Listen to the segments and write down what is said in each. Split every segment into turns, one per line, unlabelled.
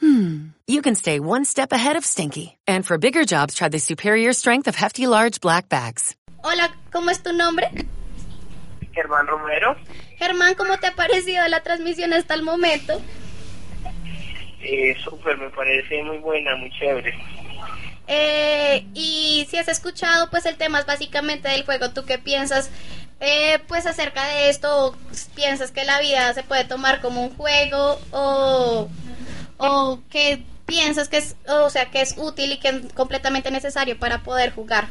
hmm, you can stay one step ahead of stinky. And for bigger jobs, try the superior strength of Hefty Large Black Bags.
Hola, ¿cómo es tu nombre?
Germán Romero.
Germán, ¿cómo te ha parecido la transmisión hasta el momento?
Eh, Súper, me parece muy buena, muy chévere.
Eh, y si has escuchado, pues el tema es básicamente del juego. ¿Tú qué piensas? eh, pues acerca de esto, ¿O ¿piensas que la vida se puede tomar como un juego o, o que piensas que es, o sea, que es útil y que es completamente necesario para poder jugar?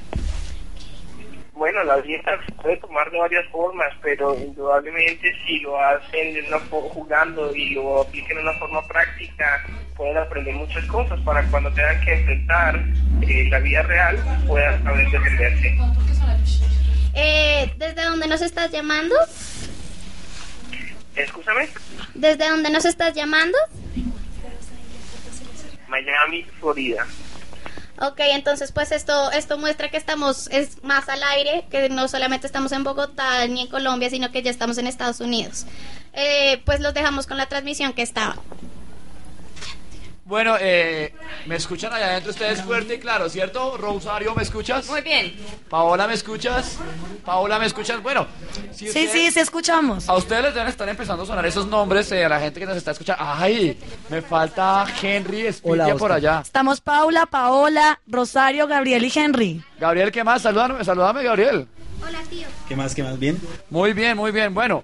Bueno, la dieta se puede tomar de varias formas, pero indudablemente si lo hacen de una fo- jugando y lo apliquen de una forma práctica, pueden aprender muchas cosas para cuando tengan que enfrentar eh, la vida real, puedan saber defenderse.
Eh, ¿Desde dónde nos estás llamando?
Escúchame,
¿Desde dónde nos estás llamando?
Miami, Florida.
Ok, entonces pues esto, esto muestra que estamos es más al aire, que no solamente estamos en Bogotá ni en Colombia, sino que ya estamos en Estados Unidos. Eh, pues los dejamos con la transmisión que estaba.
Bueno, eh, me escuchan allá adentro ustedes fuerte y claro, ¿cierto? Rosario, ¿me escuchas?
Muy bien.
Paola, ¿me escuchas? Paola, ¿me escuchas? Bueno, si
Sí,
ustedes-
sí, sí, escuchamos.
A ustedes les deben estar empezando a sonar esos nombres eh, a la gente que nos está escuchando. ¡Ay! Me falta Henry Espilla por allá.
Estamos Paula, Paola, Rosario, Gabriel y Henry.
Gabriel, ¿qué más? Salúdame, salúdame, Gabriel.
Hola tío.
¿Qué más, qué más? ¿Bien?
Muy bien, muy bien. Bueno,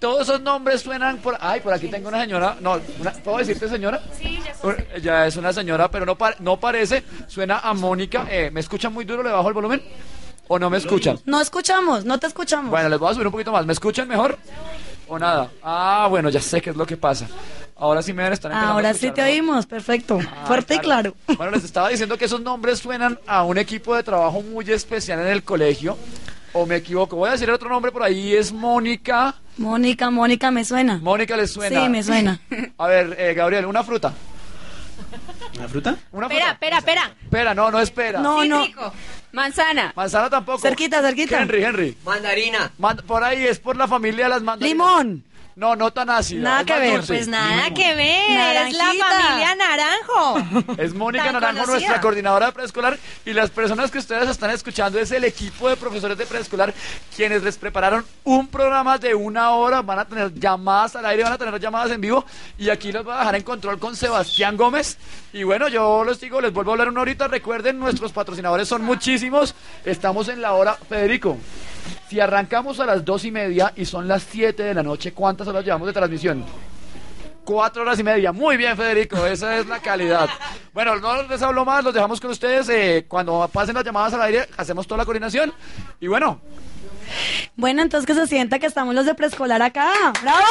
todos esos nombres suenan por. Ay, por aquí tengo una señora. No, una- ¿puedo decirte señora? Sí, ya, es una señora, pero no, pa- no parece. Suena a Mónica. Eh, ¿Me escuchan muy duro? ¿Le bajo el volumen? ¿O no me escuchan?
No escuchamos, no te escuchamos.
Bueno, les voy a subir un poquito más. ¿Me escuchan mejor? ¿O nada? Ah, bueno, ya sé qué es lo que pasa. Ahora sí me van a estar empezando a
Ahora sí
escuchar
te
mejor.
oímos, perfecto. Fuerte y claro.
Bueno, les estaba diciendo que esos nombres suenan a un equipo de trabajo muy especial en el colegio. O me equivoco. Voy a decir otro nombre por ahí. Es Mónica.
Mónica, Mónica, me suena.
Mónica les suena.
Sí, me suena.
A ver, eh, Gabriel, una fruta.
¿Una fruta?
Una
Espera,
fruta. espera. Espera, no, no espera.
No, no.
Manzana.
Manzana tampoco.
Cerquita, cerquita.
Henry, Henry.
Mandarina.
Man- por ahí es por la familia de las mandarinas.
Limón.
No, no tan ácida.
Nada
es
que
más
ver.
dulce.
Pues nada que ver, es la
Naranjita.
familia Naranjo.
Es Mónica
Tan
Naranjo,
conocida.
nuestra coordinadora de preescolar, y las personas que ustedes están escuchando es el equipo de profesores de preescolar, quienes les prepararon un programa de una hora, van a tener llamadas al aire, van a tener llamadas en vivo, y aquí los voy a dejar en control con Sebastián Gómez. Y bueno, yo los digo, les vuelvo a hablar una horita, recuerden, nuestros patrocinadores son muchísimos, estamos en la hora, Federico. Si arrancamos a las dos y media y son las 7 de la noche, ¿cuántas horas llevamos de transmisión? Cuatro horas y media. Muy bien, Federico. Esa es la calidad. Bueno, no les hablo más. Los dejamos con ustedes. eh, cuando pasen las llamadas al aire, hacemos toda la coordinación. Y bueno,
Bueno, entonces que se sienta que estamos los de preescolar acá. ¡Bravo!